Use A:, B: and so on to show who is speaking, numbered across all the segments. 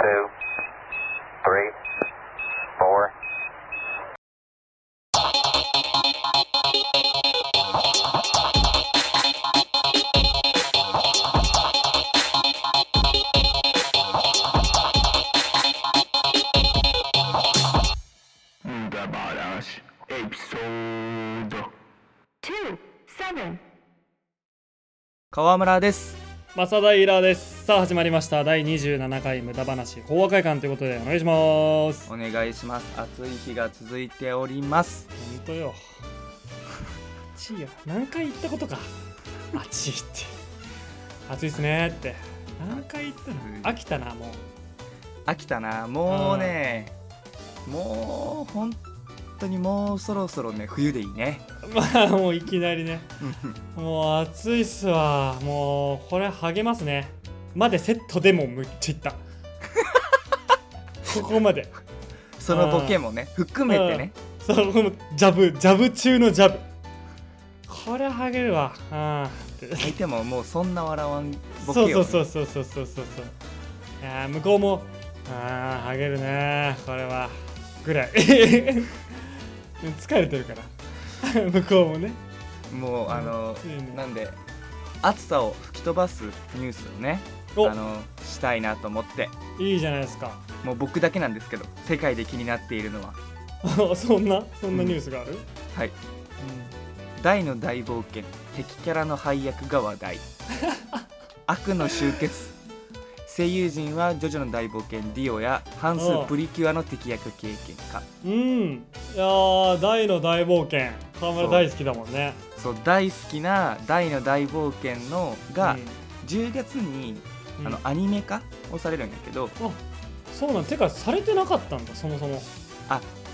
A: two, three, four.
B: 無駄話エピソード
C: two, seven.
D: 川村です
E: 正田イラーですさあ始まりました第27回無駄話法話会館ということでお願いします
D: お願いします暑い日が続いております
E: 本当よ暑いよ何回行ったことか暑いって暑いっすねーって何回行ったの飽きたなもう
D: 飽きたなもうねもう本当にもうそろそろね冬でいいね
E: まあもうい きなりねもう暑いっすわもうこれ励ますねまでセットでもむっち ゃいったここまで
D: そのボケもね含めてね
E: そうこのジャブジャブ中のジャブこれはげるわあ
D: 相手ももうそんな笑わんボケ
E: そ
D: を
E: う
D: ね
E: そうそうそうそうそうそうそういやー向こうもああはげるねこれはぐらい 疲れてるから 向こうもね
D: もうあの
E: うんいいね
D: なんで暑さを吹き飛ばすニュースをね
E: お
D: あのしたいなと思って
E: いいじゃないですか
D: もう僕だけなんですけど世界で気になっているのは
E: そんなそんなニュースがある、
D: はい大の大冒険敵キャラの配役が話 題悪の集結声優陣は「ジョジョの大冒険」ディオや半
E: お
D: 数
E: う
D: プリキュアの敵役経験か
E: うん、うんいやー大の大冒険川村
D: そう
E: 大好きだもんね
D: そう大好きな「大の大冒険の」が
E: うん
D: 10月に、
E: うん
D: あのアニメ化をされるんだけど
E: あそうなんてかされてなかったんだそもそも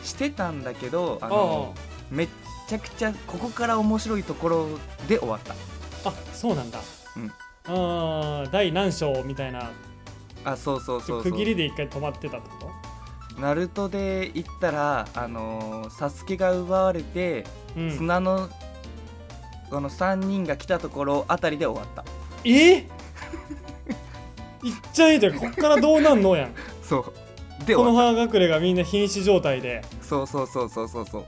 D: してたんだけどあのめっちゃくちゃここから面白いところで終わった
E: ああそうなんだ
D: うん
E: あー第何章みたいな
D: あそうそうそうそう
E: 区切りで一回止まってたってこ
D: ナルトで言ったらあのーサスケが奪われて
E: と、うん、
D: 砂のこの3人が来たところあたりで終わった
E: え 言っちゃいいじゃんこっからどうなんの やん
D: そうで
E: この
D: 終わっ
E: 葉隠れがみんな瀕死状態で
D: たそうそうそうそうそうそ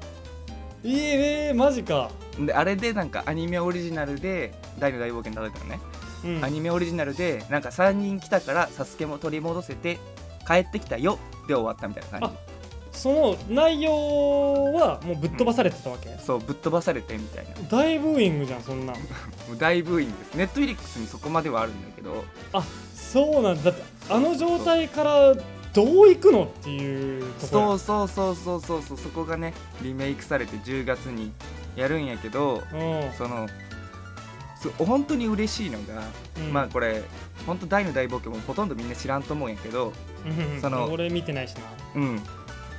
E: えー、えー、マジか、
D: うであれでなんかアニメオリジナルで大の大冒険例えたのね、
E: うん、
D: アニメオリジナルでなんか3人来たからサスケも取り戻せて帰ってきたよで終わったみたいな感
E: その内容はもうぶっ飛ばされてたわけ、
D: じそうぶっ飛ばされてみたいな
E: 大ブーイングじゃんそんなん
D: もう大ブーイングですネットフィリックスにそこまではあるんだけど
E: あそうなんだだってあの状態からどういくのっていうところ
D: そうそうそうそうそうそうそこがねリメイクされて10月にやるんやけど
E: うん
D: そのす本当に嬉しいのが、
E: うん
D: まあこれ本当大の大冒険もほとんどみんな知らんと思うんやけど、
E: うん
D: その
E: 俺見てないしな
D: うん、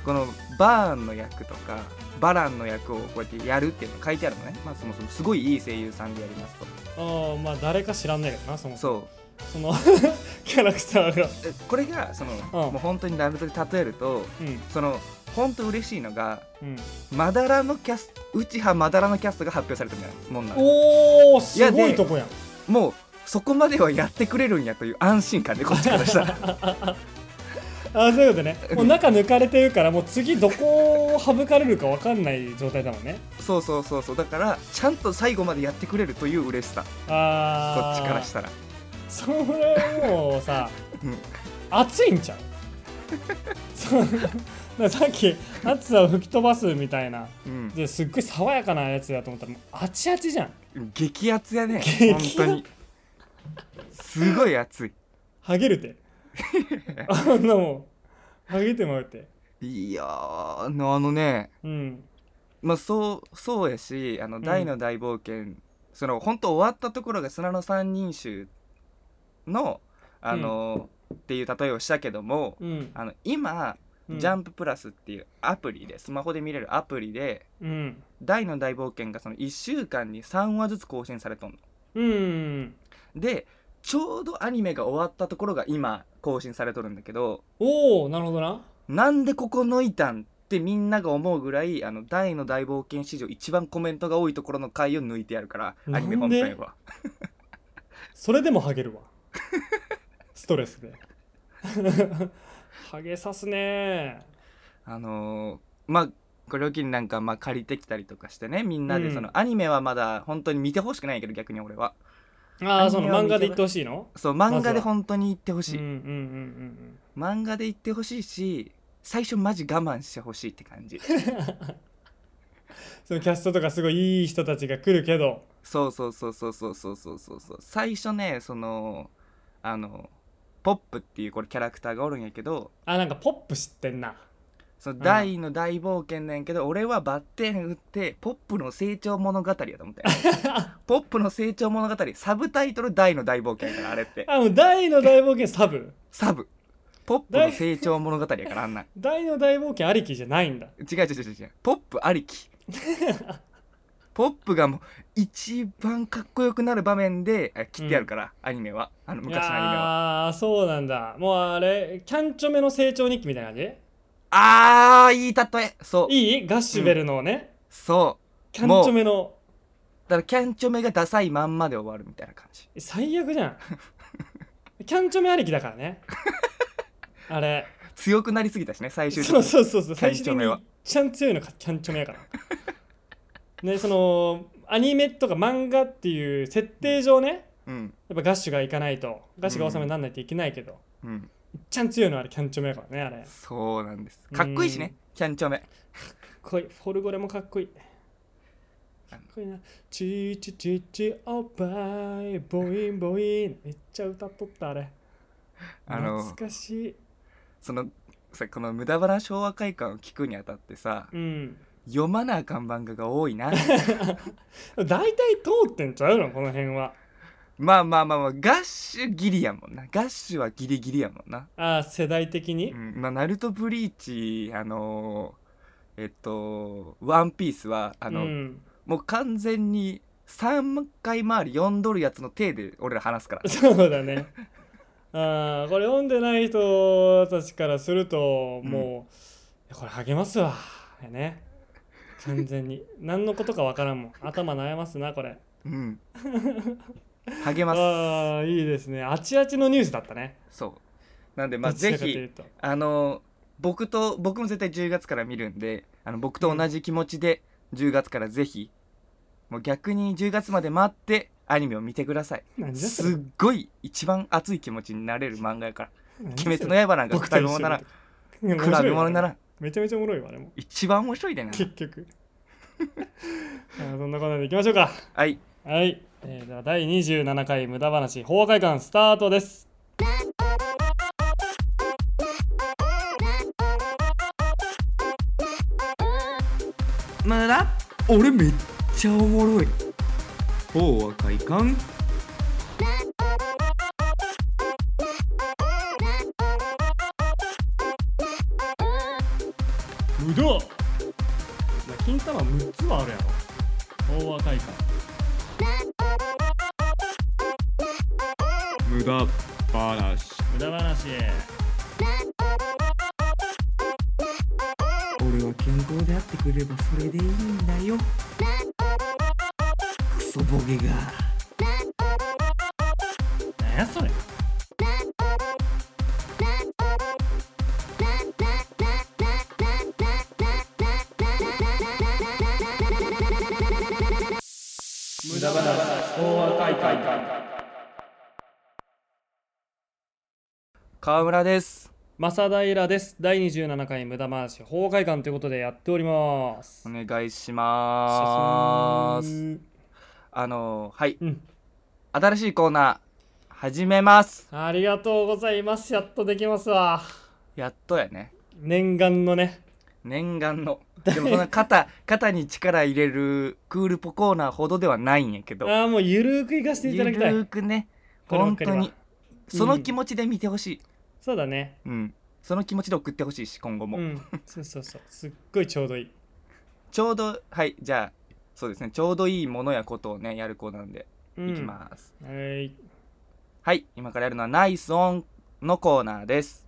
D: このバーンの役とかバランの役をこうやってやるっていうの書いてあるのね、まあ、そもそもすごいいい声優さんでやりますと
E: あーまあ誰か知らんねえけどなそのそ
D: そう
E: の キャラクターが
D: えこれがその、もう本当にラムトで例えると
E: うん
D: その本当嬉しいのが
E: うん
D: マダラのキャス内派マダラのキャストが発表されたみたいなもんなの
E: お
D: い
E: お
D: や
E: す
D: で
E: ごいとこやん
D: もうそこまではやってくれるんやという安心感でこっちからしたら
E: あそういうことねもう中抜かれてるからもう次どこを省かれるか分かんない状態だもんね
D: そうそうそうそうだからちゃんと最後までやってくれるという嬉しさこ
E: あ
D: っ
E: ー
D: ちからしたら
E: それもうさ、
D: うん
E: 熱いんちゃう そうだ さっき暑さを吹き飛ばすみたいな
D: うん
E: ですっごい爽やかなやつだと思ったらもうあちあちじゃん
D: 激アツやね
E: 激ア
D: 本
E: ツ
D: 当にすごい熱い
E: ハゲる てあんなもんハゲてもらうて
D: いやーあのあのね
E: うん
D: まあそうそうやしあの
E: ん
D: 大の大冒険、その本当終わったところが砂の三人衆のあの、っていう例えをしたけども
E: うん
D: あの今、
E: うん
D: ジャンププラスっていうアプリでスマホで見れるアプリで
E: うん
D: 大の大冒険がその1週間に3話ずつ更新されとんの
E: うん
D: でちょうどアニメが終わったところが今更新されとるんだけど
E: おおなるほどな
D: なんでここ抜いたんってみんなが思うぐらいあの大の大冒険史上一番コメントが多いところの回を抜いてやるからアニメ
E: なん
D: 本
E: で
D: 編は
E: それでもハゲるわ ストレスでハゲさすね
D: あのーまあこれを機になんかまあ借りてきたりとかしてねみんな
E: う
D: で
E: ん
D: その、アニメはまだ本当に見てほしくないけど逆に俺は
E: ああそ
D: ア
E: の
D: ニメを
E: 漫
D: 見
E: 画
D: て
E: で言ってほしいの
D: そう
E: ま
D: 漫
E: ずは
D: 画で本当に言ってほし
E: うん
D: い、
E: うんうんうん
D: 漫画で言ってほしいし最初マジ我慢してほしいって感 じ
E: そのキャストとかすごいいい人たちが来るけど
D: そうそうそうそうそうそうそうそうそう最初ねそのあのポップっていうこれキャラクターがおるんやけど
E: あなんかポップ知ってんな
D: その
E: ん
D: 大の大冒険なんやけど、俺はバッテン打ってポップの成長物語やと思って ポップの成長物語サブタイトル大の大冒険やからあれって
E: あもう大の大冒険サブ
D: サブポップの成長物語やからあんなん
E: 大の大冒険ありきじゃないんだ
D: 違う違う違う違うポップあり きポップがもう一番かっこよくなる場面でえ切ってやるから、アニメはあの昔のアニメは
E: ああそうなんだもうあれキャンチョメの成長日記みたいな感じ
D: あーいい例えそう
E: いいガッシュベルのね、
D: そう
E: キャンチョメの
D: だからキャンチョメがダサいまんまで終わるみたいな感じ
E: 最悪じ ゃんキャンチョメありきだからねあれ
D: 強くなりすぎたしね最終的
E: そう
D: に
E: そうそうそう
D: キャ
E: 最
D: ンチ
E: 終的
D: ョ
E: に
D: メは
E: 一番強いのがキャンチョメやからねそのアニメとか漫画っていう設定上ね
D: うん
E: やっぱガッシュがいかないとガッシュが収めにならないといけないけど、
D: うん
E: 一番強いのはあれキャンチョメやからねあれかっ
D: そうなんですかっこいいしねキャンチョメ
E: こいいフォルゴレもかっこいいかっこいいなチーチーチーチーおっぱいボインボインめっちゃ歌っとったあれ
D: あの
E: 懐かしい
D: そのさこの無駄話昭和会館を聞くにあたってさ
E: うん
D: 読まなあかん漫画が多いな
E: 大体通ってんちゃうのこの辺は
D: まあまあまあまあガッシュギリやもんなガッシュはギリギリやもんな
E: ああ世代的に、
D: うんまあ、ナルトブリーチあのーえっとワンピースはあの、
E: うん、
D: もう完全に3回回り4ドルやつの手で俺ら話 すから
E: そうだねあーこれ読んでない人たちからするともう、いやこれ励ますわやね完全に 何のことかわからんもん頭悩ますなこれ
D: うん励ます
E: ああいいですねあちあちのニュースだったね
D: そうなんでまあ
E: どちら
D: ぜ
E: かとい
D: ひ
E: うと
D: あの僕と僕も絶対10月から見るんであの僕と同じ気持ちで10月からぜひもう逆に10月まで待ってアニメを見てください
E: 何じゃそ
D: す
E: れ
D: っごい一番熱い気持ちになれる漫画やから
E: 何
D: 「
E: じゃそ
D: 鬼
E: れ
D: 滅の刃」なんか
E: 僕
D: 比
E: と
D: べ
E: 一緒
D: 物なら
E: に 面
D: 比
E: 白い
D: べ
E: よ
D: 物なら
E: めちゃめちゃおもろいわあれも
D: 一番面白 いでな
E: 結局あーそんなことでいきましょうか
D: はい
E: はい、えー、では第27回無駄話法和会館スタートです
D: まだ俺めっちゃおもろい法和会館
E: 無駄お前金玉6つはあるやろ法和会館
B: 無駄話
E: 無駄話
D: 俺は健康であってくれればそれでいいんだよクソボケが
E: 何やそれ無駄話法和会館
D: 川村です
E: 正平です第27回無駄話法和会館ということでやっております
D: お願いしますあのはい
E: うん
D: 新しいコーナー始めます
E: ありがとうございます。やっとできますわ。
D: やっとやね
E: 念願のね。
D: 念願のでもそんな肩肩に力入れるクールポコーナーほどではないんやけど
E: ああ、もうゆるーくいかせてい
D: ゆ
E: ただきた
D: る
E: い。
D: くね
E: こればっ
D: 本
E: かり
D: 当
E: は
D: にその気持ちで見てほしい、
E: そうだね。
D: うんその気持ちで送ってほしいし今後も、
E: うん。そうそうそう。すっごいちょうどいい。
D: ちょうどはいじゃあそうですねちょうどいいものやことをねやる子なんで、
E: うん、
D: いきます
E: はーい。
D: はい今からやるのはナイスオンのコーナーです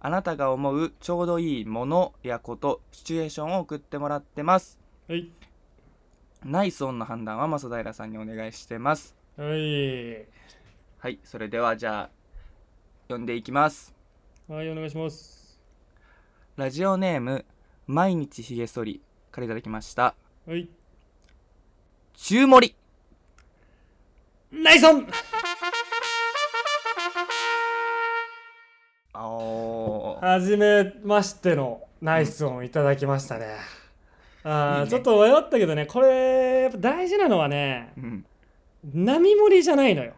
D: あなたが思うちょうどいいものやことシチュエーションを送ってもらってます
E: はい。
D: ナイスオンの判断は正平さんにお願いしてます
E: はい。
D: はいそれではじゃあ読んでいきます
E: はいお願いします
D: ラジオネーム毎日ひげ剃りからいただきました
E: はい
D: 中盛り
E: ナイソン
D: あお
E: 初めましてのナイス音いただきましたね。あ
D: いい
E: あ、
D: ね
E: ちょっと迷ったけどね、これ、やっぱ大事なのはね、
D: うん
E: 波盛りじゃないのよ。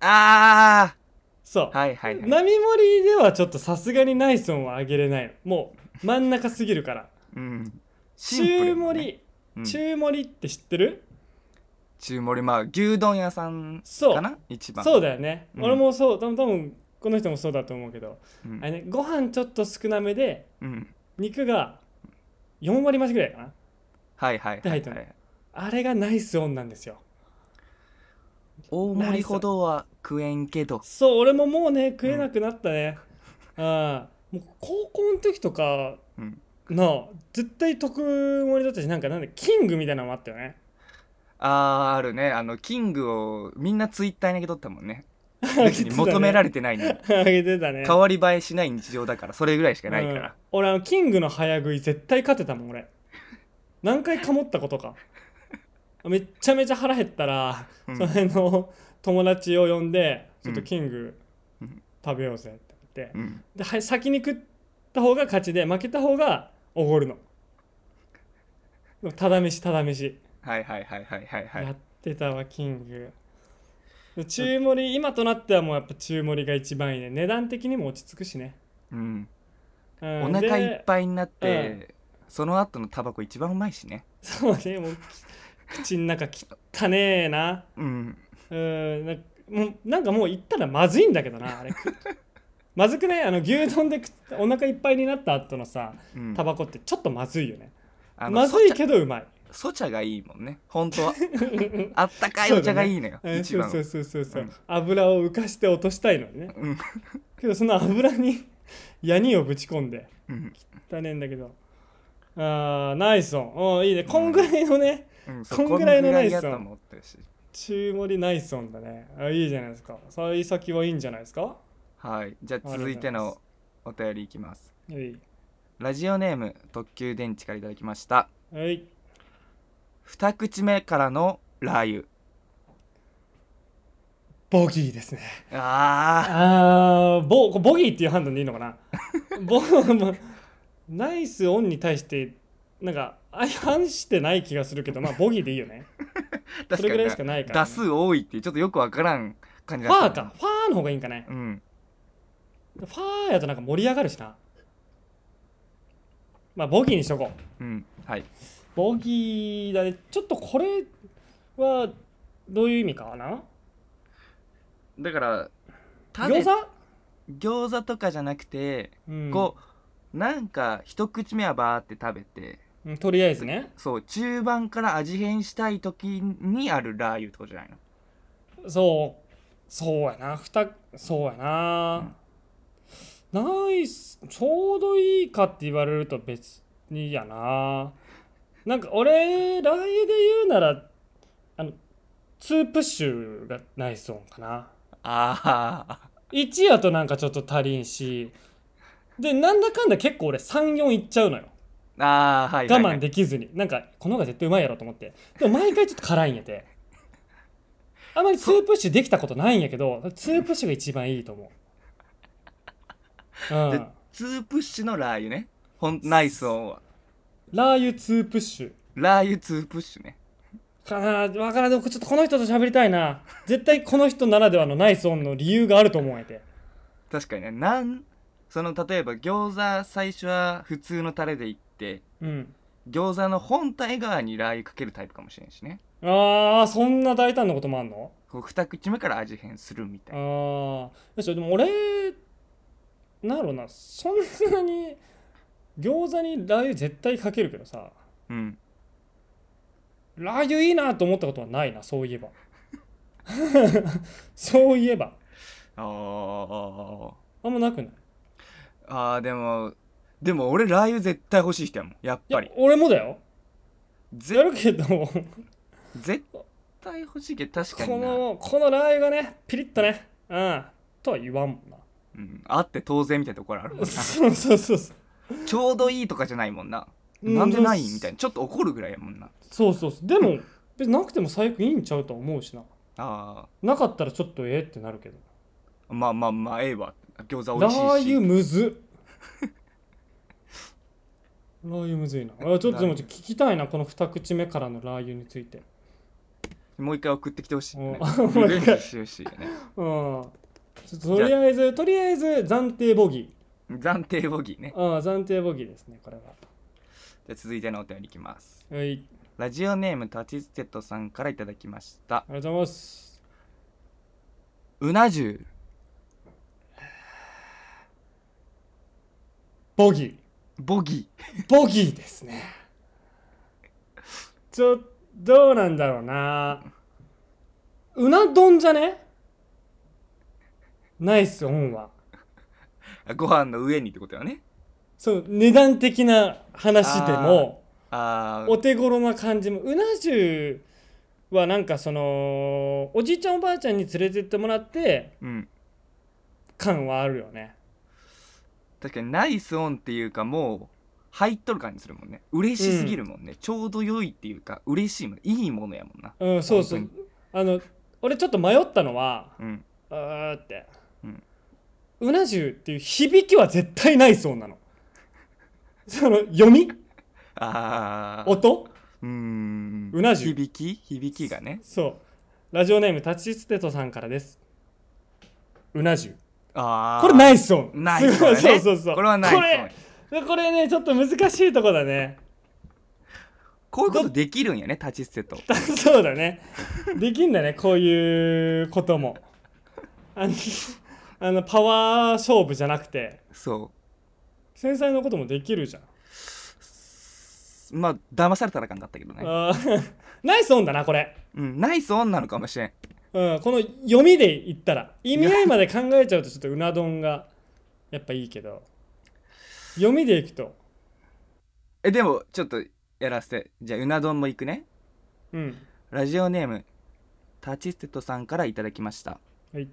D: あ
E: そう。
D: ーはいはいはい
E: 波盛りではちょっとさすがにナイス音は上げれないの。もう真ん中すぎるから。
D: うんシンプル
E: 中
D: やもん
E: 盛
D: ね
E: り、
D: うん
E: 中盛りって知ってる
D: 中盛りまあ牛丼屋さん
E: そう
D: かな一番、
E: そううだよね。
D: うん
E: 俺もそう、多分多分この人もそうだと思うけど、
D: うん
E: あれね、ご飯ちょっと少なめで、
D: うん
E: 肉が4割増しぐらいかな。
D: はいはい
E: で
D: は
E: 入
D: い、
E: って
D: は
E: る
D: い、
E: あれがナイス音なんですよ。
D: 大盛りほどは食えんけど
E: そう俺ももうね食えなくなったね、うん、もう高校の時とか
D: うん
E: の絶対特盛りだったしなんかなんでキングみたいなのもあったよね
D: あーあるねあのキングをみんなツイッターにあげとったもん ね別
E: 別
D: に求めら
E: れ
D: れてないのに
E: てたねあげてたね
D: 変わり映えしない日常だからそれぐらいしかないか
E: うん
D: ら、
E: 俺あのキングの早食い絶対勝てたもん俺何回かもったことかめっちゃめちゃ腹減ったら、
D: うん
E: その辺の友達を呼んでちょっと
D: うん
E: キング
D: うん
E: 食べようぜって言って、
D: うん
E: では先に食った方が勝ちで負けた方がおごるのでもただ飯ただ飯、
D: はいはいはいはいはいは
E: や
D: い
E: ってたわキングで中盛り今となってはもうやっぱ中盛りが一番いいね値段的にも落ち着くしね、
D: うん
E: う
D: お
E: ん
D: 腹いっ
E: い
D: ぱいになってその後のタバコ一番うまいしね
E: そうねもうき口の中きったねえな
D: うん
E: うんなんかもうなんかもう言ったらまずいんだけどなあれまずくねあの牛丼で食っお腹いっぱいになった後のさ
D: うん
E: タバコってちょっとまずいよね
D: あの
E: まずい
D: ソチャ
E: けどうまい
D: ソチャがいいもんね本当 はあったかいお茶がいいのよ、
E: うん
D: 一
E: そう
D: 番
E: そうそうそうそう、
D: うん
E: 油を浮かして落としたいのにね
D: うん
E: けどその油に ヤニをぶち込んで
D: うん
E: だねんだけどあーナイスオンうんいいねこんぐらいのね、
D: うん
E: こんぐらい
D: こ
E: の
D: んぐ
E: ナ
D: ら
E: イ
D: い
E: ス
D: や
E: さ
D: と思ってるし
E: 中盛りナイスオンだねあいいじゃないですか幸先はいいんじゃないですか
D: はいじゃあ続いてのお便りいきます
E: はい
D: ラジオネーム特急電池からいただきました
E: はい
D: 二口目からのラー油
E: ボギーですね
D: あ
E: あーボボギーっていう判断でいいの かなボまナイスオンに対してなんか相反してない気がするけどまあボギーでいいよね
D: あ
E: それぐらいしかないからね
D: 打数多いっていうちょっとよくわからん感じ
E: ファ
D: だ
E: ー
D: ったね
E: か。ファーの方がいいんかね。
D: うん
E: ファーやとなんか盛り上がるしな。まあ、ボギーにしとこう。
D: うんはい
E: ボギーだね。ちょっとこれはどういう意味かな
D: だからただ
E: 餃子
D: 餃子とかじゃなくて
E: うん
D: こうなんか一口目はバーって食べて
E: うんとりあえずね。
D: そう中盤から味変したい時にあるラー油ってことじゃないの
E: そう。そうやな。ふたそうやな。ナイス。ちょうどいいかって言われると別にやな。なんか俺、ラー油で言うなら、あの、2プッシュがナイスオンかな。
D: ああ
E: 1やとなんかちょっと足りんしでなんだかんだ結構俺34いっちゃうのよ
D: ああはい
E: 我
D: はいはい
E: 慢できずに、なんかこの方が絶対うまいやろと思ってでも毎回ちょっと辛いんやてあまり2プッシュできたことないんやけど2プッシュが一番いいと思う、うん、
D: で2プッシュのラー油ねほんナイスオンは
E: ラー油2プッシュ
D: ラー油2プッシュね
E: かなわからんでもちょっとこの人と喋りたいな絶対この人ならではのナイスオンの理由があると思うんやて
D: 確かにねなんその例えば餃子最初は普通のタレでいって
E: うん
D: 餃子の本体側にラー油かけるタイプかもしれんしね
E: あーそんな大胆なこともあんの
D: こう二口目から味変するみたいな
E: ああでも俺なんやろうなそんなに餃子にラー油絶対かけるけどさ
D: うん
E: ラー油いいなと思ったことはないなそういえば そういえば
D: あー
E: あんまなくない
D: あーでもでも俺ラー油絶対欲しい人やもんやっ
E: いや
D: ぱり
E: 俺もだよや
D: ぜ
E: るけどこ
D: 絶対欲しいけど確かにな
E: のこのラー油がねピリッとねうんとは言わんもんな
D: うん、あって当然みたいなところあ るもんな
E: そうそうそうそう
D: ちょうどいいとかじゃないもんな。
E: うん
D: なんでない
E: うん
D: みたいな。ちょっと怒るぐらいやもんな。
E: そうそうそうでも別になくても最悪いいんちゃうとは思うしな
D: あ
E: なかったらちょっとええってなるけど
D: あ、まあまあまあ、ええわ。餃子美
E: ラ
D: 味しいし。
E: ー油むず っラー油むずいなあちょっとでも聞きたいなこの二口目からのラー油について
D: もう一回送ってきてほしい、ね。
E: お
D: リベンジしてほしいよね。
E: うんちょとりあえずとりあえず暫定ボギ
D: 暫定ボギーね。
E: ーああ暫定ボギーですねこれは
D: じゃあ続いてのお便りいきます。
E: はい
D: ラジオネームタチステットさんからいただきました。
E: ありがとうございます
D: うな重。
E: ボギ
D: ボギー。
E: ーボギーですねちょどうなんだろうなうな丼じゃねナイスオンは
D: あご飯の上にってことよね。
E: そう値段的な話でも
D: あ
E: お手頃な感じもうな重はなんかそのおじいちゃんおばあちゃんに連れてってもらって
D: あ、うん。
E: 感はあるよね
D: 確かにナイスオンっていうかもう、入っとる感じするもんね。嬉しすぎるもんね。ちょうど良いっていうか、嬉しいもん。いいものやもんな。
E: うんそうそう
D: 本
E: あの俺ちょっと迷ったのは
D: うん。
E: うーって、
D: うん
E: うな重っていう響きは絶対ないそうなのその読み
D: ああ。
E: 音
D: うーん
E: うな重
D: 響き響きがね
E: そうラジオネームタチステトさんからですうな重
D: ああ
E: これナイスオン
D: ナイスオンだね
E: そうそうそう
D: これはナイスオン
E: これこれねちょっと難しいとこだね
D: こういうことできるんやね立ち捨てと
E: そうだねできんだねこういうこともあのあのパワー勝負じゃなくて
D: そ
E: 繊細なこともできるじゃん
D: うまあ騙されたらあかんかったけどね
E: あー ナイスオンだなこれ、
D: うんナイスオンなのかもしれん
E: うん、この読みで言ったら意味合いまで考えちゃうとちょっとうな丼がやっぱいいけど読みでいくと
D: えでもちょっとやらせてじゃあうな丼もいくね
E: うん
D: ラジオネームタチステトさんからいただきました
E: はい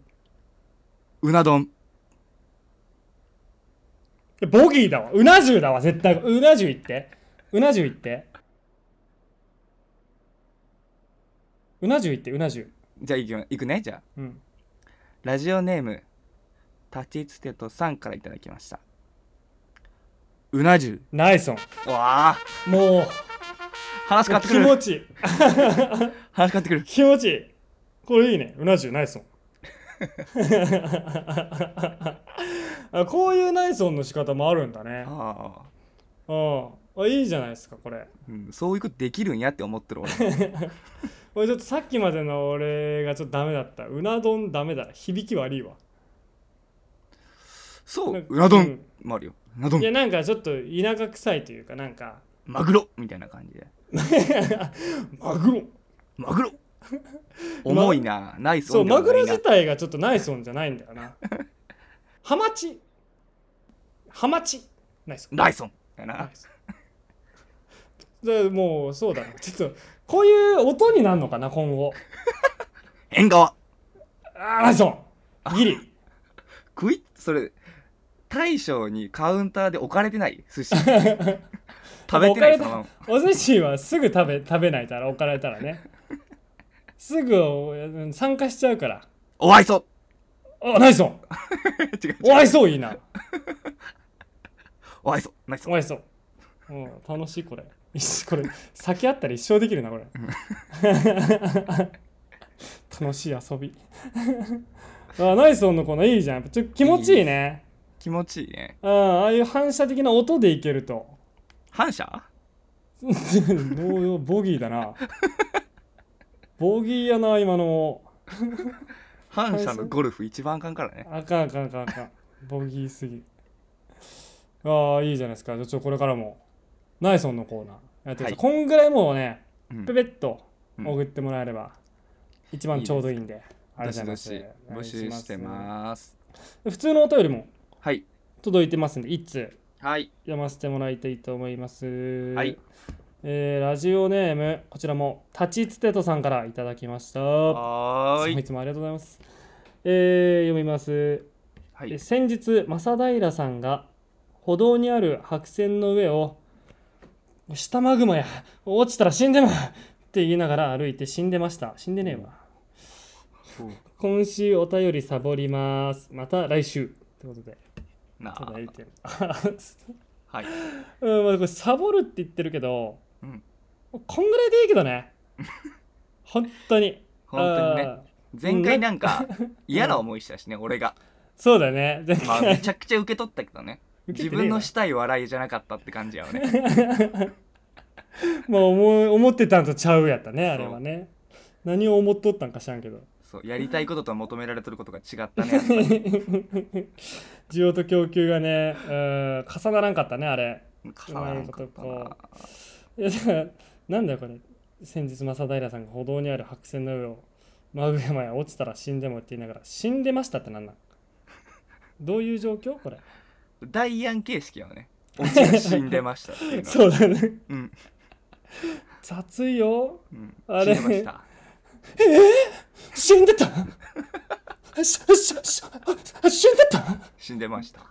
E: う
D: な丼
E: やボギーだわうな重だわ絶対うな重いってうな重いってうな重いってうな重
D: じゃあいくいくねじゃあ
E: うん
D: ラジオネームタチステトさんからいただきましたうな重
E: ナイスオン
D: うわあ
E: もう
D: 話変わってく
E: 気持
D: る
E: ちいい
D: 話変わってくる
E: 気持ちいいこれいいねうな重ナイソンあこういうナイソンの仕方もあるんだね
D: ああ
E: うんあいいじゃないですかこれ
D: うん、そういうことできるんやって思って る俺
E: 俺ちょっとさっきまでの俺がちょっとダメだったうな丼ダメだ響き悪いわ
D: そ
E: な
D: う
E: んか
D: うな
E: う
D: 丼
E: ん
D: もあるような丼
E: いやなんかちょっと田舎臭いというかなんか
D: マグロみたいな感じで
E: マグロ
D: マグロ 重いな、ナイス
E: そう
D: 音
E: マ
D: 楽
E: グロ
D: ないな
E: 自体がちょっとナイソンじゃないんだよなハマチハマチナイソン
D: ナイス音だな
E: でもうそうだな ちょっとこういう音になるのかな今後
D: 縁側
E: ああそうギリ
D: クイッそれ大将にカウンターで置かれてない寿 司食べてないそのまま
E: お寿司はすぐ食べ食べないから置かれたらねすぐおうん参加しちゃうから
D: お愛 想
E: あナイソン
D: 違う違う
E: お愛想いいな
D: お愛想ナイス
E: お愛想うん楽しいこれ 一緒これ酒あったら一生でき るなこれ楽しい遊びあナイソンのこのいいじゃんやっぱちょっと気持ちいいね
D: 気持ちいいね
E: ああああいう反射的な音でいけると
D: 反射
E: 農用ボギーだなボギーやな今の
D: 反射のゴルフ一番あかんからね
E: あかんあかんあかんあかんボギーすぎああいいじゃないですかじゃあちょっとこれからもナイソンのコーナーやってください、
D: はい
E: こんぐらいもうね
D: うん
E: ペペッと
D: うん
E: 送ってもらえれば、一番ちょうどいいんであり
D: ど
E: がと
D: し
E: うご
D: ど
E: ざい
D: し募集
E: ます
D: してます
E: 普通のお便りも
D: はい
E: 届いてますんで一通
D: はい
E: 読ませてもらいたいと思います。
D: はい
E: えーラジオネームこちらもタチツテトさんからいただきました。
D: はー
E: い
D: い
E: つもありがとうございます。えー読みます。
D: は
E: え
D: い
E: 先日正平さんが歩道にある白線の上を「下マグマや落ちたら死んでまう!」って言いながら歩いて死んでました死んでねえわ今週お便りサボりますまた来週ってことで
D: な
E: ちょっ
D: あ
E: とやりてるうん
D: はい
E: まあこれサボるって言ってるけど、
D: うん
E: こんぐらいでいいけど ね本当に
D: 本当に
E: あ
D: ね
E: ー
D: 前回なんか嫌な思いしたしね俺が
E: そうだね前
D: まあ
E: 回
D: めちゃくちゃ受け取ったけどね
E: 受け
D: 自
E: てねえ
D: 分
E: わ
D: のしたい笑いじゃなかったって感じやわね
E: まあ思い思ってたんとちゃうやったねあれはね何を思っとったんか知らんけど
D: そうやりたいことと求められてることが違った ねやっぱり
E: 需要と供給がねうん重ならんかったねあれ
D: 重ならんかった
E: うまい
D: ない
E: いやだ からなんだよこれ先日正平さんが歩道にある白線の上を真上まや落ちたら死んでもって言いながら死んでましたってなんなんどういう状況これ
D: 大案形式やわね 落ちる死んでましたっていうのは
E: そうだね
D: うん、
E: 雑いよ
D: うん、
E: あれ
D: 死んでました
E: 死んでたししし死んでた
D: 死んでました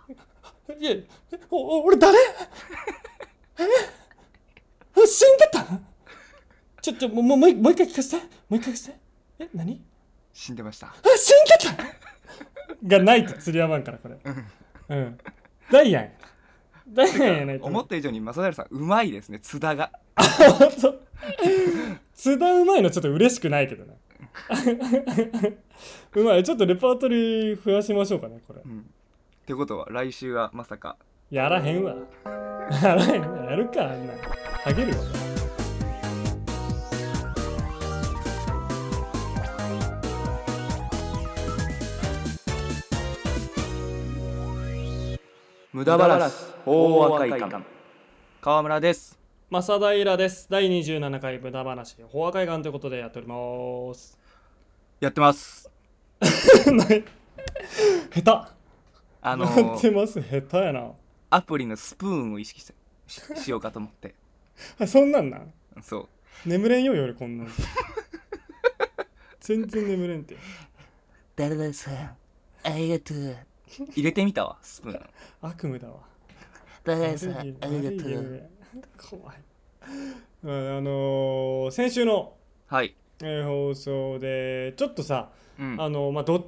E: いや、お、お俺誰え死んでたちょ、ちょ、もう、もう、もうもう一回聞かせて。もう一回聞かせて。え、何
D: 死んでました
E: あ、死んでたがないと釣り合わんから、これ。うん。ダイアン。ダイアンやないと。
D: 思った以上に正成さんうまいですね津田が
E: 本当津田うまいのちょっと嬉しくないけどね うまいちょっとレパートリー増やしましょうかねこれ
D: ってことは来週はまさか
E: やらへんわ やらへんわやるかあんなんハゲるわ
D: 無駄話大赤い館川村です
E: 正平です第27回無駄話法話会館ということでやっております
D: やってます
E: 下
D: あ
E: 手
D: の
E: やって
D: ー、
E: ます下手やな
D: アプリのスプーンを意識してししようかと思って
E: あそんなんなん
D: そう
E: 眠れんよ夜こんなん 全然眠れんて
D: 誰々さんありがとう入れてみたわスプーン
E: 悪夢だわ
D: 誰々
E: 悪い夢悪い夢怖い、まあ、あのー先週の、
D: はい
E: えー放送でちょっとさ、
D: うん
E: あのまあどっ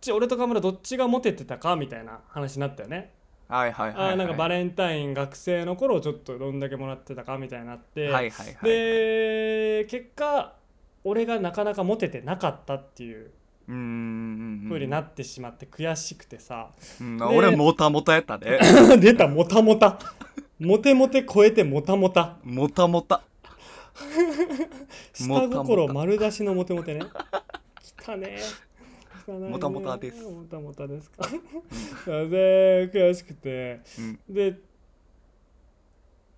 E: ち俺と河村どっちがモテてたかみたいな話になったよね
D: はいはいはいはい
E: あーなんかバ
D: レ
E: レンタイン学生の頃ちょっとどんだけもらってたかみたいになって、
D: はいはいはい
E: で結果俺がなかなかモテてなかったっていう
D: うーん
E: 風になってしまって悔しくてさ、
D: うん
E: で
D: 俺もたもたやった で
E: 出たモタモタモテモテ超えてモタモタ
D: もたもた
E: 下
D: モタモ
E: 心
D: タ
E: 丸出しのモテモ テねきたね汚いね
D: モタモタです
E: モタモタですかで悔しくて
D: うん
E: で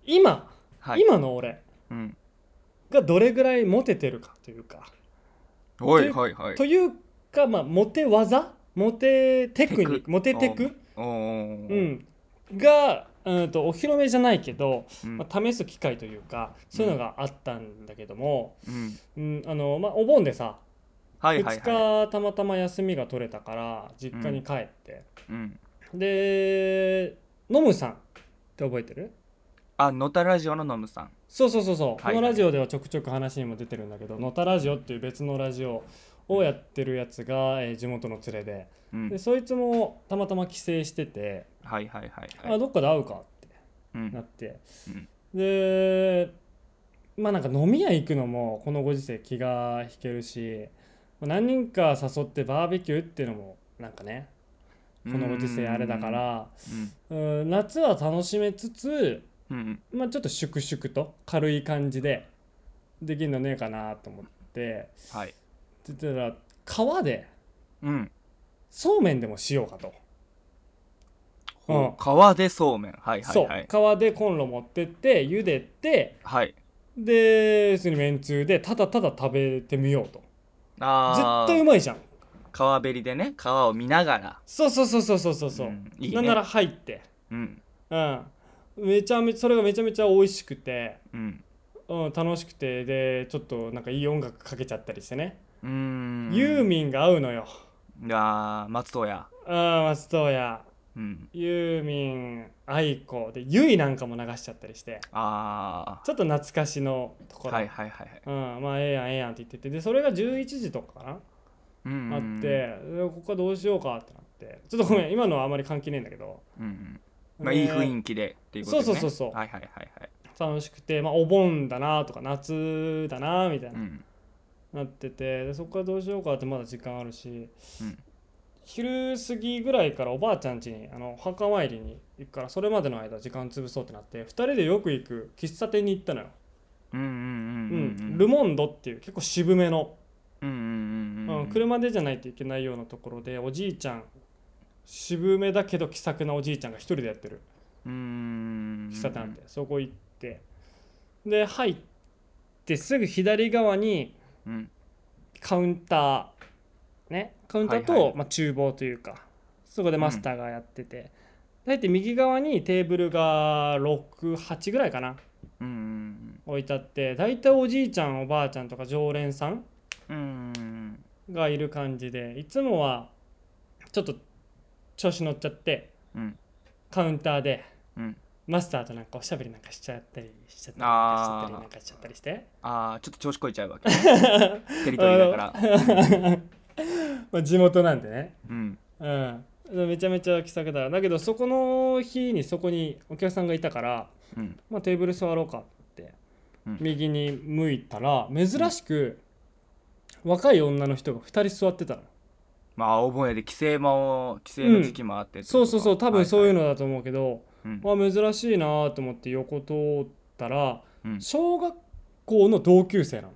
E: 今、
D: はい
E: 今の俺
D: うん
E: がどれぐらいモテてるかというか、
D: はいはいはい
E: というか、まあ、モテ技モテテクニッ
D: テ
E: クモテテク、
D: おーお
E: う
D: ー
E: ん、が、うん、とお披露目じゃないけど、
D: うん
E: まあ、試す機会というかそういうのがあったんだけども、
D: うん
E: うんあのまあ、お盆でさ
D: はいはいはい
E: 2日たまたま休みが取れたから実家に帰って、
D: うん
E: でノムさんって覚えてる
D: あのたラジオのノムさん
E: そうそうそうそう、
D: はいはい
E: このラジオではちょくちょく話にも出てるんだけど「のたラジオ」っていう別のラジオをやってるやつが、えー地元の連れで
D: うん
E: でそいつもたまたま帰省してて、
D: はいはいはい
E: あ
D: はい
E: どっかで会うかって
D: うん
E: なって、
D: うん
E: でまあなんか飲み屋行くのもこのご時世気が引けるしまあ何人か誘ってバーベキューっていうのもなんかねこのご時世あれだから
D: うん
E: うん夏は楽しめつつ、
D: うん
E: まあ、ちょっと粛々と軽い感じでできるのねえかなと思って
D: はい
E: って言ったら川で
D: うん
E: そうめんでもしようかと。うん
D: ほう川でそうめんはいは
E: そ
D: いうはい
E: 川でコンロ持ってって茹でて
D: はい
E: で普通にめんつゆでただただ食べてみようと絶
D: あ
E: 対う
D: あ
E: まいじゃん
D: 川べりでね川を見ながら
E: そうそうそうそうそうそうそう
D: うんいいね
E: なんなら入って
D: うん
E: うんめちゃめちゃそれがめちゃめちゃ美味しくて、
D: うん
E: うん、楽しくてでちょっとなんかいい音楽かけちゃったりしてね、
D: うーん
E: ユーミンが合うのよ
D: いやー松任谷
E: ああ松任谷
D: うん
E: ユーミン愛子でゆいなんかも流しちゃったりして
D: あ
E: ちょっと懐かしのと
D: あ
E: ころ、
D: はいはいはいはい
E: うん、まあええやんええやんって言っててでそれが11時とかかな、
D: うんうんうん
E: あってでここからどうしようかってなってちょっとごめん今のはあまり関係ねえんだけど
D: うんうんまあいい
E: 気
D: 雰囲気でっていうことですね
E: そうそうそうそう
D: はいはいはいはい
E: 楽しくて、まあ、お盆だなとか夏だなみたいうな、
D: ん
E: なっててでそこからどうしようかってまだ時間あるし、
D: うん
E: 昼過ぎぐらいからおばあちゃん家にあのお墓参りに行くからそれまでの間時間潰そうってなって2人でよく行く喫茶店に行ったのよ、
D: うん
E: うん
D: うんうんうん
E: ルモンドっていう結構渋めの、
D: うんうんうん
E: う
D: うんんうん
E: 車でじゃないといけないようなところでおじいちゃん渋めだけど気さくなおじいちゃんが一人でやってる
D: うん
E: 喫茶店あって、そこ行ってで入ってすぐ左側に
D: うん
E: カウンターねカウンターと、
D: はいはい
E: まあ、厨房というかそこでマスターがやってて、大体右側にテーブルが68ぐらいかな
D: うんうん
E: 置いてあって大体おじいちゃんおばあちゃんとか常連さん
D: うんうんうん
E: がいる感じでいつもはちょっと調子乗っちゃって
D: うん
E: カウンターで
D: うん
E: マスターとなんかおしゃべりなんかしちゃったりしちゃったり
D: あー
E: なんかしちゃったりなんかしちゃったりして。
D: ああちょっと調子こいちゃうわ けテリトリーだから
E: まあ地元なんでね
D: うん
E: うん、めちゃめちゃ気さくだだけどそこの日にそこにお客さんがいたから、
D: うん
E: まあ、テーブル座ろうかって、
D: うん
E: 右に向いたら珍しく、若い女の人が2人座ってたの
D: まあお盆やで帰省も帰省の時期もあってってことか、
E: そうそうそう多分そういう
D: の、
E: のだと思うけど、
D: うん
E: まあ、珍しいなと思って横通ったら、
D: うん
E: 小学校の同級生な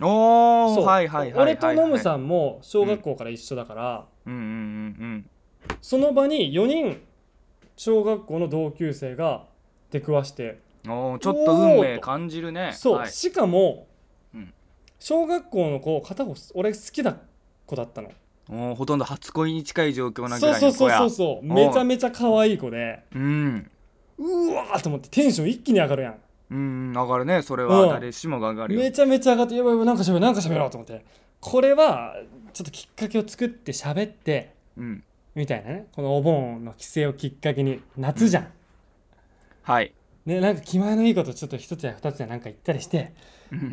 E: の、
D: お
E: そ
D: お
E: う
D: はいはいはいはい、はい、
E: 俺とノムさんも小学校から一緒だから、
D: うんうんうん
E: その場に4人小学校の同級生が出くわして
D: うんおーちょっと運命感じるね
E: そう、
D: はい、
E: しかも、
D: うん
E: 小学校の子片方俺好きな子だったの
D: おーほとんど初恋に近い状況なぐ
E: そう
D: らい
E: そう
D: の
E: そ
D: 子
E: う
D: や
E: そうそうめちゃめちゃ可愛い子で
D: うん
E: うわーと思ってテンション一気に上がるやん
D: うん上がるねそれ
E: う
D: は
E: ん
D: 誰しもが上がるよ
E: めちゃめちゃ上がってやばいやばいなんか喋ろうなんか喋ろうと思ってこれはちょっときっかけを作って喋って
D: うん
E: みたいなねこのお盆の帰省をきっかけに夏じゃん、
D: はい
E: ね、なんか気前のいいことちょっと一つや二つやなんか言ったりして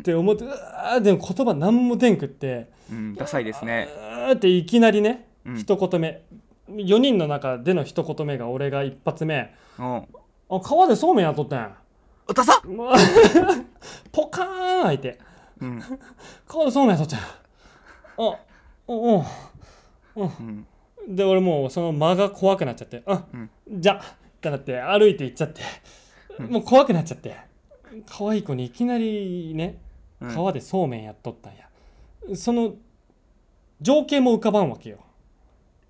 E: って思ってうわーでも言葉何も出んくって
D: うんダサいですね
E: あーっていきなりね、
D: うん
E: 一言目4人の中での一言目が俺が一発目
D: うん
E: 「あ川でそうめんやっとったんや
D: おダサ」
E: うわポカーン開いて
D: うん
E: 「川でそうめんやっとったんやあおお
D: うん
E: で俺もうその間が怖くなっちゃって「あ、
D: うん
E: じゃ」ってなって歩いて行っちゃってもう怖くなっちゃって可愛い子にいきなりね
D: うん
E: 川でそうめんやっとったんや、その情景も浮かばんわけよ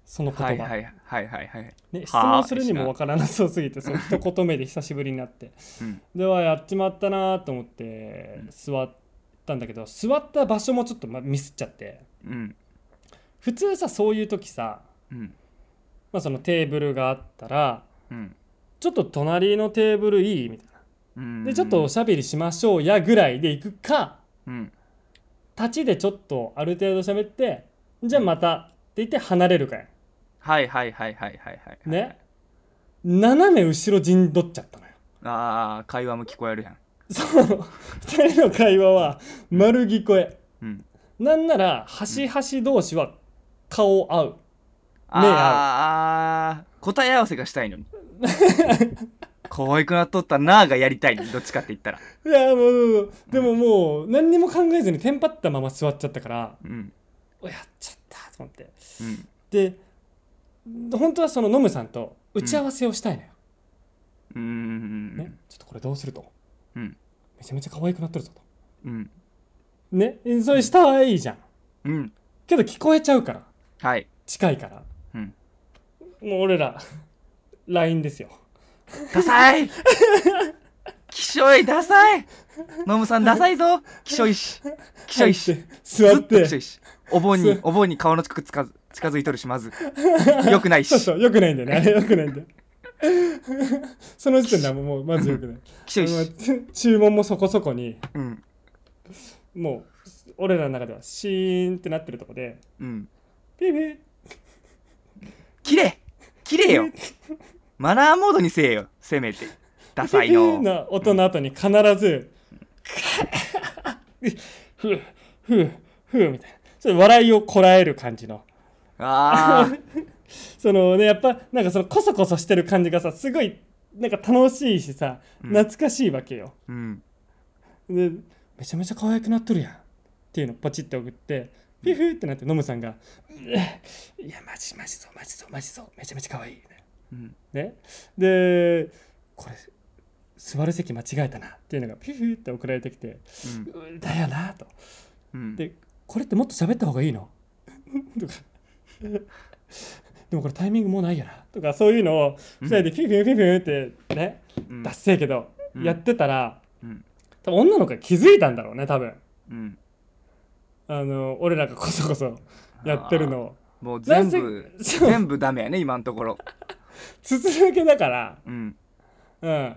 E: その言葉、
D: はいはいはいはいはい
E: ね、質
D: はあ
E: 問するにもわからなそうすぎてその一言目で久しぶりになって、
D: うん
E: ではやっちまったなと思って座ったんだけど座った場所もちょっとまミスっちゃって
D: うん
E: 普通さそういう時さ、
D: うん
E: まあ、そのテーブルがあったら
D: うん
E: ちょっと隣のテーブルいいみたい
D: うん
E: なでちょっとおしゃべりしましょうやぐらいで行くか
D: うん
E: 立ちでちょっとある程度喋ってじゃあまたって言って離れるかや
D: はいはいはいはいはいはい
E: ね斜め後ろ陣取っちゃったのよ
D: ああ会話も聞こえるやん
E: そう2人の会話は丸聞こえ
D: うん
E: なんなら端々同士は顔合う、
D: あ
E: ねえ
D: あー答え合わせがしたいのに 可愛くなっとったなーがやりたいのにどっちかって言ったら
E: いやもうでももう何にも考えずにテンパったまま座っちゃったから
D: うん
E: おやっちゃったと思って
D: うん
E: で本当はそのノムさんと打ち合わせをしたいのよ、
D: うー
E: ね
D: ん、
E: ちょっとこれどうすると、
D: うん
E: めちゃめちゃ可愛くなってるぞと
D: うん
E: ねそれしたはいいじゃん
D: うん
E: けど聞こえちゃうから
D: はい
E: 近いから、
D: うん
E: もう俺ら LINE ですよ
D: ダサいきしょいダサいノムさんダサいぞきしょいしきしょいし
E: 入って座っ
D: ずっと
E: て
D: きしょいしお盆に
E: す
D: お盆に顔の近くつかず近づいとるしまずよくないし
E: そうそう、よくないんだよね。あれよくないんだよ。 その時点ではもう、まずよくない。
D: きしょい
E: まあ
D: し
E: つ注文もそこそこに、
D: うん
E: もう、俺らの中ではシーンってなってるとこで、
D: うん
E: ピーピー
D: 切れ切れよマナーモードにせえよせめてダサいの
E: な音の後に必 ず「ふうふうふう」みたいなそれ笑いをこらえる感じの
D: あー
E: そのねやっぱなんかそのコソコソしてる感じがさすごいなんか楽しいしさ懐かしいわけよ、
D: うん
E: でめちゃめちゃ可愛くなっとるやんっていうのをポチって送ってピフーってなってノムさんが「うえいやマジマジそうマジそうマジそうめちゃめちゃ可愛い
D: うん
E: ねでこれ座る席間違えたなっていうのがピフーって送られてきて
D: うん
E: うだよなと
D: うん
E: でこれってもっと喋った方がいいの とかでもこれタイミングもうないよなとかそういうのを2人でピュンピュンピュンピュンってね
D: うん
E: 達成けど
D: うん
E: やってたら
D: うん
E: 多分女の子が気づいたんだろうね多分
D: うん
E: あの俺らがこそこそやってるのを
D: もう全
E: な
D: 部
E: んせそう
D: 全部ダメやね今のところ
E: 筒抜けだから、
D: うん
E: うん、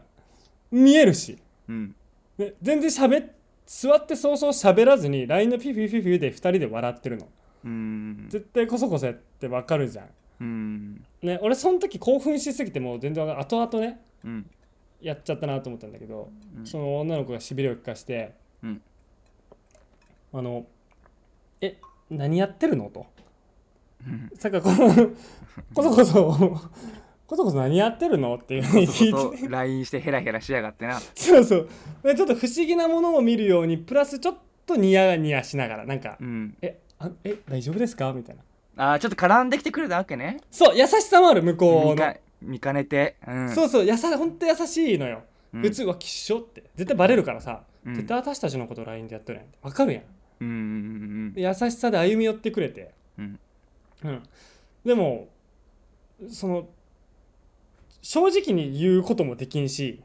E: 見えるし、
D: うん
E: ね、全然喋っ座ってそうそう喋らずに LINE のピュピュピュピュで2人で笑ってるの
D: うん
E: 絶対こそこそやってわかるじゃん
D: うん
E: ね、俺その時興奮しすぎてもう全然わかん後々ね
D: うん
E: やっちゃったなと思ったんだけど、
D: うん
E: その女の子がしびれを利かして、
D: うん
E: あの「え何やってるの?」と
D: うん
E: さっきからこのこそこそこそこそ何やってるのっていうふうに
D: そ
E: 聞いて
D: こそ LINE してヘラヘラしやがってな
E: そうそうでちょっと不思議なものを見るようにプラスちょっとニヤニヤしながらなんか「
D: うん
E: えあえ大丈夫ですか?」みたいな
D: あーちょっと絡んできてくれたわけね
E: そう優しさもある向こ
D: 見
E: うの
D: か見かねてうん
E: そうそうやさ本当優しいのよ
D: うん
E: 普通はきっしょって絶対バレるからさ、
D: うん
E: 絶対私たちのこと LINE でやっとるやんわかるやん
D: うんうん
E: で優しさで歩み寄ってくれて
D: うん
E: うんでもその正直に言うこともできんし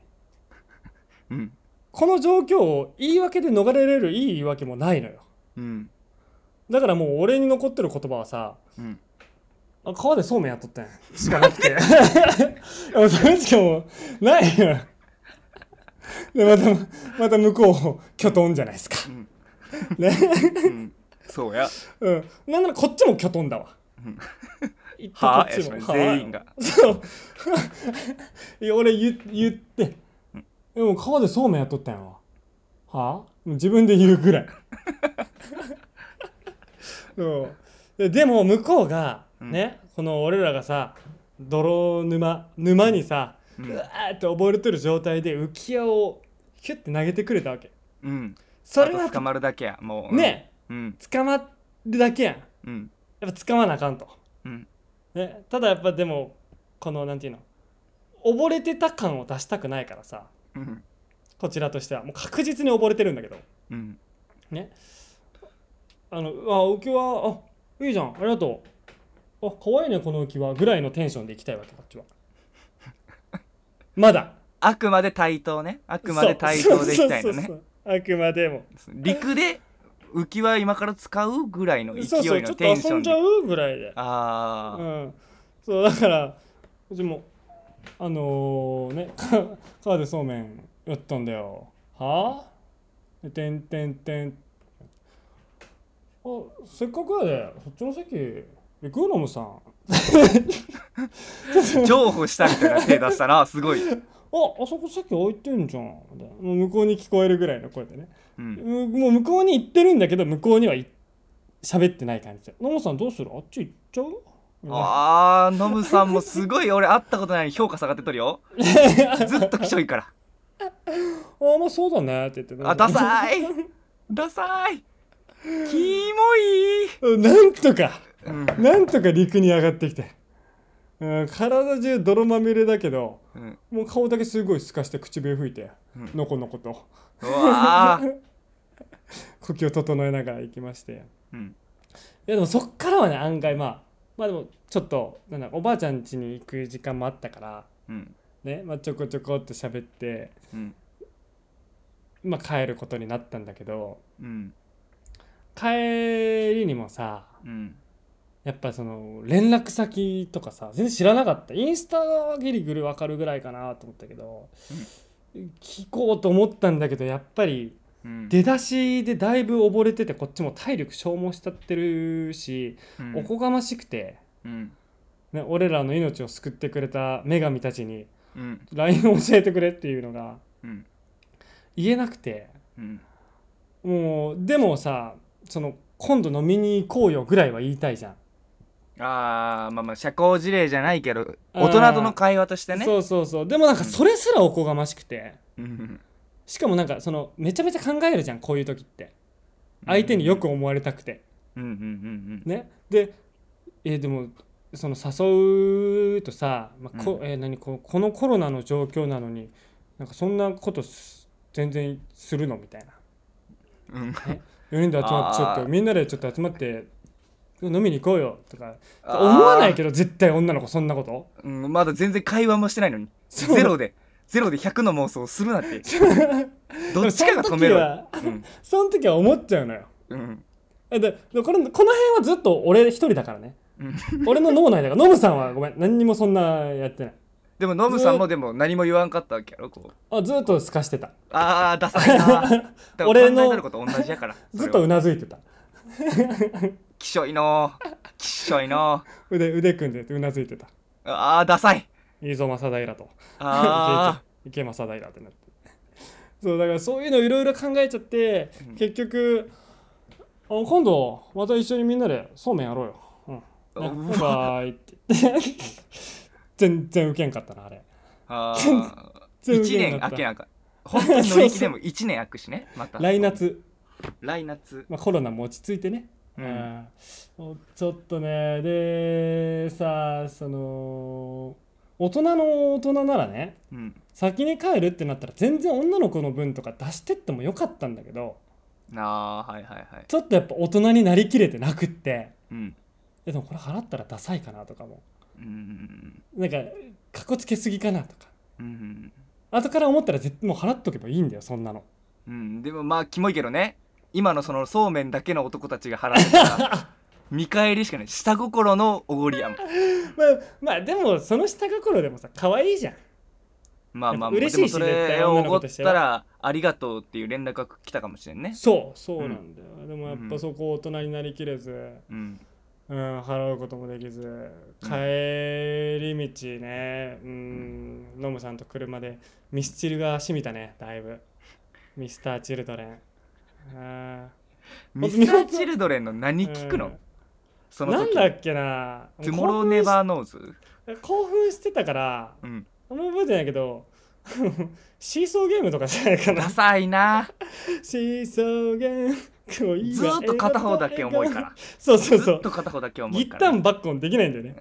D: うんうん
E: この状況を言い訳で逃れれるいい言い訳もないのよ
D: うん
E: だからもう俺に残ってる言葉はさ
D: うん
E: あ川でそうめんやっ とったんやしかなくてでもそれしかもうないのよでまたまた向こうきょとんじゃないですか、ね
D: うんそうや
E: うんなんならこっちもきょとんだわ、言って
D: はあ
E: こっちもはあ
D: 全員が
E: そういや俺言言って「でも川でそうめんやっとったんやわ」はあ自分で言う ぐらいそうででも向こうがね、この俺らがさ泥沼沼にさ、うわーって溺れてる状態で浮き輪をキュッて投げてくれたわけ
D: うん
E: そ
D: あ
E: れ
D: と
E: は
D: 捕まるだけやもう
E: ね
D: うん
E: 捕まるだけやん
D: うん
E: やっぱ捕まなあかんと、
D: うん
E: ね、ただやっぱでもこのなんていうの溺れてた感を出したくないからさ
D: うん
E: こちらとしてはもう確実に溺れてるんだけど
D: うん
E: ねあのあ浮き輪あいいじゃんありがとうあ可愛いねこの浮き輪ぐらいのテンションでいきたいわけこっちは まだ
D: あくまで対等ねあくまで対等でいきたいの
E: そうそうそう
D: ね
E: そうあくまでも
D: 陸で浮き輪今から使うぐらいの勢
E: そうそう
D: い
E: ちょ
D: の
E: っと
D: テンシ
E: 遊
D: ョン
E: んじ
D: で
E: ゃうぐらいで
D: あ
E: う
D: あ
E: ん、そうだからうちもあのね か川でそうめんやったんだよはあでてんてんてんあせっかくやでそっちの席行くのむさんあ
D: 譲歩したみたいな手出したらすごい
E: あそこ席置いてんじゃんみたいなもう向こうに聞こえるぐらいの声でね
D: うん
E: うもう向こうに行ってるんだけど向こうにはい喋ってない感じで「のむさんどうするあっち行っちゃう?みたいな」
D: あーノムさんもすごい俺会ったことないのに評価下がってとる よずっときしょいから
E: あまあそうだねって言って
D: あダサいダサいキモい
E: うんなんとか
D: うん
E: なんとか陸に上がってきて、うん、体中泥まみれだけど
D: うん
E: もう顔だけすごいすかして口笛吹いて、
D: うん
E: のこのこと
D: うわー
E: 呼吸を整えながら行きましてい
D: うん
E: やでもそっからはね案外まあまあでもちょっとなんだおばあちゃん家に行く時間もあったから
D: うん
E: ね、まあ、ちょこちょこっと喋って、
D: うん
E: まあ、帰ることになったんだけど
D: うん
E: 帰りにもさ
D: うん
E: やっぱその連絡先とかさ全然知らなかったインスタはギリギリ分かるぐらいかなと思ったけど、聞こうと思ったんだけどやっぱり
D: うん
E: 出だしでだいぶ溺れててこっちも体力消耗しちゃってるし、
D: うん
E: おこがましくて
D: うん
E: ね、俺らの命を救ってくれた女神たちに
D: うん
E: LINE を 教えてくれっていうのが
D: うん
E: 言えなくて
D: うん
E: もうでもさその今度飲みに行こうよぐらいは言いたいじゃん。
D: あーまあまあ社交辞令じゃないけど
E: あー
D: 大人との会話としてね
E: そうそうそうでもなんかそれすらおこがましくて
D: うん
E: しかもなんかそのめちゃめちゃ考えるじゃんこういう時って相手によく思われたくて
D: うんうんうん
E: ねでえーでもその誘うとさ、まあこ
D: うん
E: えー何ここのコロナの状況なのになんかそんなことす全然するのみたいな
D: うんうん
E: 4人で集まってちょっ
D: あー
E: とみんなでちょっと集まって飲みに行こうよとか思わないけど絶対女の子そんなこと
D: うんまだ全然会話もしてないのに
E: そう
D: ゼロでゼロで100の妄想をするなって どっちかが止めろよ
E: でもその時はその時は思っちゃうのよ
D: うん
E: えででこのこの辺はずっと俺一人だからね
D: うん
E: 俺の脳内だからノブさんはごめん何にもそんなやってない
D: でもノブさんもでも何も言わんかったわけやろこう
E: あずっとすかしてた
D: あーダサい なーでも
E: 俺の
D: 考えてること同じやから
E: ずっとう
D: う
E: なずいてた
D: きしょいのーきしょいのー
E: 腕腕組んでてうなずいてた
D: あーダサい
E: いいぞ正平と
D: あ
E: 池正平ってなってそうだからそういうのいろいろ考えちゃって、
D: うん
E: 結局あ今度また一緒にみんなでそうめんやろうよ、うん
D: あ
E: ね
D: うわ
E: バイバイって 全然ウケんかったなあれ
D: ああ
E: 全
D: 1
E: 然ウケ
D: 年
E: んか
D: 明
E: った
D: けなんか本当に乗り気でも1年明くしねまた
E: 来夏、
D: 来夏
E: まあ、コロナも落ち着いてね、
D: うん
E: うんちょっとねでさその大人の大人ならね
D: うん
E: 先に帰るってなったら全然女の子の分とか出してってもよかったんだけど
D: あーはいはいはい
E: ちょっとやっぱ大人になりきれてなくって
D: うん
E: えでもこれ払ったらダサいかなとかも
D: うん
E: なんかかっこつけすぎかなとか
D: うん
E: 後から思ったら絶もう払っとけばいいんだよそんなの
D: うんでもまあキモいけどね今のそのそうめんだけの男たちが払ってた ら見返りしかない下心のおごりやもん
E: まあまあでもその下心でもさ可愛いじゃん
D: まあまあ
E: やっぱ嬉しいし
D: でもそれを
E: 絶対女
D: おご
E: の子
D: っ
E: として
D: た
E: は
D: らありがとうっていう連絡が来たかもしれんね
E: そうそうなんだよ、でもやっ
D: う
E: ぱ
D: ん
E: そこ大人になりきれず、
D: うん
E: うん、払うこともできず帰り道ねうんノムさんと車でミスチルがしみたねだいぶミスター・チルドレンうん
D: ミスター・チルドレンの何聞く
E: う
D: の
E: ん
D: その
E: なん
D: 時
E: だっけな
D: 「トゥモロー・ネバー・ノーズ
E: 興奮してたから」
D: うん
E: あんま覚えてないけど シーソーゲームとかじゃないかな
D: ダサいな
E: シーソーゲーム恋は
D: ずーっと片方だけ重いから
E: そうそう
D: ず
E: そ
D: っ
E: う
D: と片方だけ重い
E: ギッ
D: か
E: タ
D: ら
E: ンバッコンできないんだよね。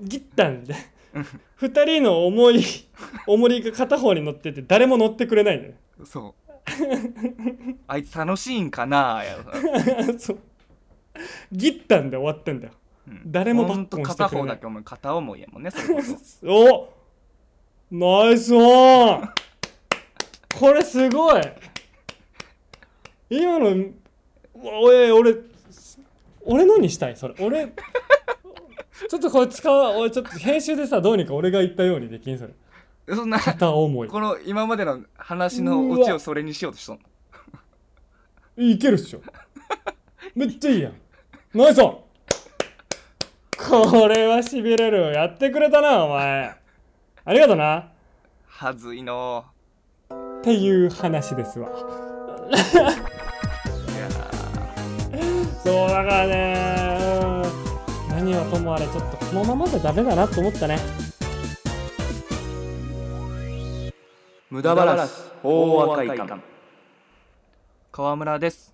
E: ギッタンで
D: うん。
E: 二人の 重い重りが片方に乗ってて誰も乗ってくれないんだよ
D: そうあいつ楽しいんかなやろ、
E: ね。 そうギッタンで終わってんだよ。
D: うん
E: 誰もバ
D: ほん
E: ッコ
D: と
E: ンして
D: 片
E: くれ
D: 方
E: な
D: だ
E: い
D: け。重い片思いやもんねそれこそ
E: おナイスオンこれすごい今のうわおい俺俺のにしたいそれ俺ちょっとこれ使う俺ちょっと編集でさどうにか俺が言ったようにできんそれ
D: そんな
E: 片思い
D: この今までの話のオチをそれにしようとしとんの
E: いけるっしょめっちゃいいやんナイスオンこれはしびれるわやってくれたなお前ありがとな
D: はずいの
E: っていう話ですわ
D: いや
E: そうだからねうん何はともあれちょっとこのままじゃダメだなと思ったね
D: 無駄話大赤い館川村です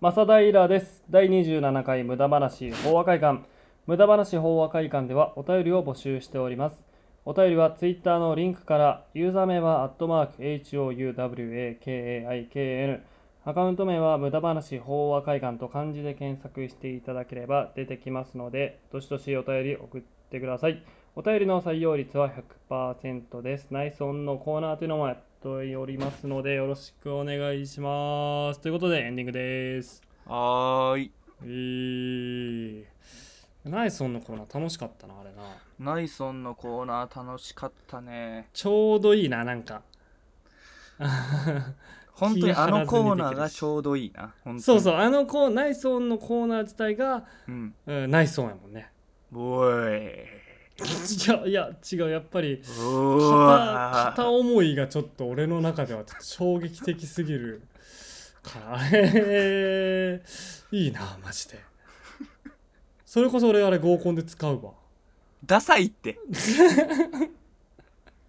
E: 正平です第27回無駄話法和会館無駄話法和会館ではお便りを募集しておりますお便りは Twitter のリンクからユーザー名はアットマーク HOUWAKAIKN アカウント名は無駄話法和会館と漢字で検索していただければ出てきますのでどしどしお便り送ってくださいお便りの採用率は100%です。ナイスオンのコーナーというのもやっておりますので、よろしくお願いします。ということで、エンディングです。
D: はーい
E: えー、ナイスオンのコーナー楽しかったな、あれな。
D: ナイソンのコーナー楽しかったね
E: ちょうどいいな、なんか。
D: 本当にあのコーナー
E: 気張らずにできる
D: が
E: し
D: ちょうどいいな本当に
E: そうそう、あのコーナイスオンのコーナー自体が、
D: うん
E: うん、ナイスオンやもんね。
D: おい
E: いやいや違うやっぱり
D: お
E: 片
D: ー
E: 片思いがちょっと俺の中ではちょっと衝撃的すぎるからあれいいなマジでそれこそ俺あれ合コンで使うわ
D: ダサいって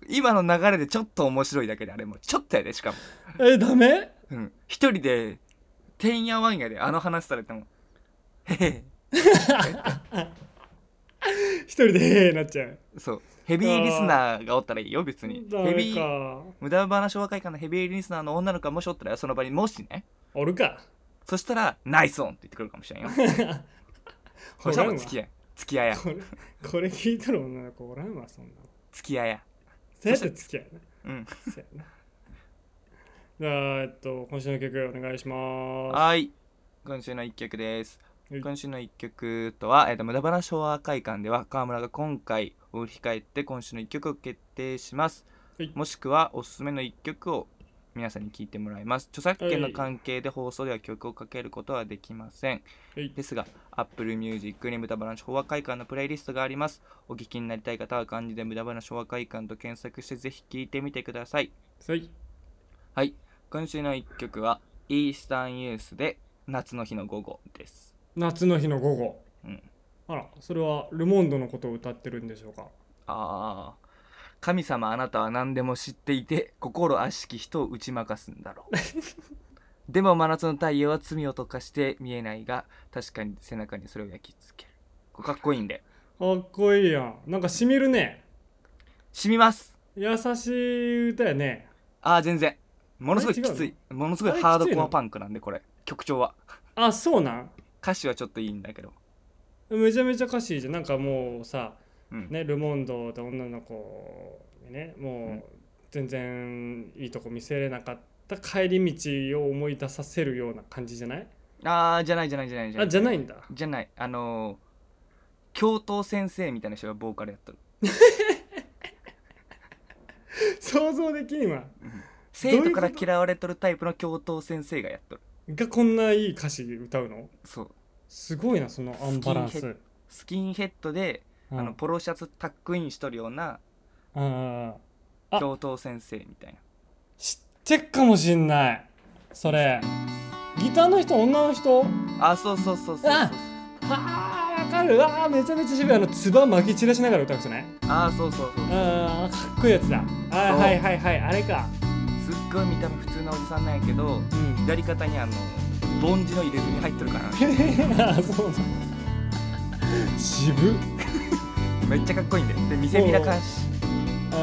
D: 今の流れでちょっと面白いだけであれもちょっとやでしかも、
E: えダメ
D: うん、一人でてんやわんやであの話されてもへへ
E: 一人でなっちゃう
D: そうヘビーリスナーがおったらいいよ別に
E: ダ
D: ヘ
E: メ
D: ビー
E: か
D: 無駄話若いかのヘビーリスナーの女の子がもしおったらよその場にもしね
E: おるか
D: そしたらナイスオンって言ってくるかもしれん よそしたらもう付き合い付き合いや
E: これこれ聞いとる女の子おらんわそんなの
D: 付き合いや
E: そうやって付き合 うね
D: うん
E: そうやなじゃあえっと今週の曲お願いしま
D: はい今週の一曲です
E: はい
D: 今週の一曲とは、えー、と無駄話昭和会館では川村が今回を振り返って今週の一曲を決定します、
E: はい
D: もしくはおすすめの一曲を皆さんに聞いてもらいます著作権
E: は
D: の
E: い
D: 関係で放送では曲をかけることはできません
E: すはい
D: ですが Apple Music に無駄話昭和会館のプレイリストがありますお聞きになりたい方は漢字で無駄話昭和会館と検索してぜひ聞いてみてください
E: はい
D: はい今週の一曲はイースタンユースで夏の日の午後です
E: 夏の日の午後、
D: うん
E: あらそれはルモンドのことを歌ってるんでしょうか
D: ああ神様あなたは何でも知っていて心悪しき人を打ち負かすんだろ うでも真夏の太陽は罪を溶かして見えないが確かに背中にそれを焼き付けるこれかっこいいんで
E: かっこいいやんなんかしみるね
D: 染みます
E: 優しい歌やね
D: ああ全然ものすごい
E: あ
D: き
E: れ違うの
D: ついものすご
E: あ
D: い
E: れ
D: ハード
E: きつい
D: コ
E: の
D: アパンクなんでこれ曲調は
E: あそうなん
D: 歌詞はちょっといいんだけど
E: めちゃめちゃ歌詞いいじゃんなんかもうさ、
D: うん
E: ね、ルモンドって女の子にねもう全然いいとこ見せれなかった帰り道を思い出させるような感じじゃない
D: ああじゃないじゃないじゃないじゃな
E: あ
D: い
E: じゃないんだ
D: じゃないあのー教頭先生みたいな人がボーカルやっとる
E: 想像できんわ
D: 生徒から嫌われとるタイプの教頭先生がやっとる
E: がこんないい歌詞歌うの
D: そう
E: すごいなそのアンバラン
D: スキンヘ
E: ス
D: スキンヘッドで、
E: うん
D: あのポロシャツタックインしとるような
E: あああ
D: 教頭先生みたいな
E: 知ってっかもしんないそれギターの人女の人
D: あそうそうそうそうそう
E: ああーわかるわあめちゃめちゃ渋いあのつばまき散らしながら歌う人ね
D: あそうそうそう
E: あーかっこいいやつだあー
D: そう
E: はいはいはいあれか
D: すっごい見た目普通のおじさんなんやけど
E: うん
D: 左肩にあのボンジの入れ墨入っとる から
E: あーそうそう渋っ
D: めっちゃかっこいいんだよで見せびらかし
E: あ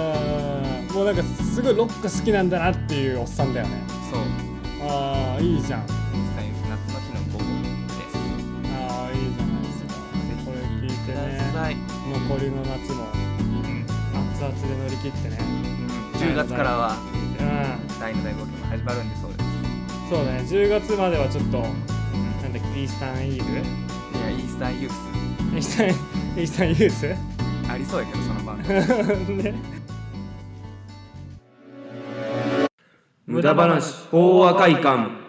E: ーもうなんかすごいロック好きなんだなっていうおっさんだよね
D: そう
E: ああいいじゃんあ
D: サイン夏の日の午後です
E: あいいじゃないですかこれ聞いて
D: くだ
E: ね
D: さい、
E: 残りの夏も
D: うん
E: 熱々で乗り切ってね
D: 10月からは
E: うん
D: 第の大冒険も始まるんでそうです
E: そうだね10月まではちょっとなんだっけイースタンイーブ
D: いやイースターユース
E: イースタンイースタンユース
D: ありそうやけどその番組
E: ね
F: 無駄話、法和会館。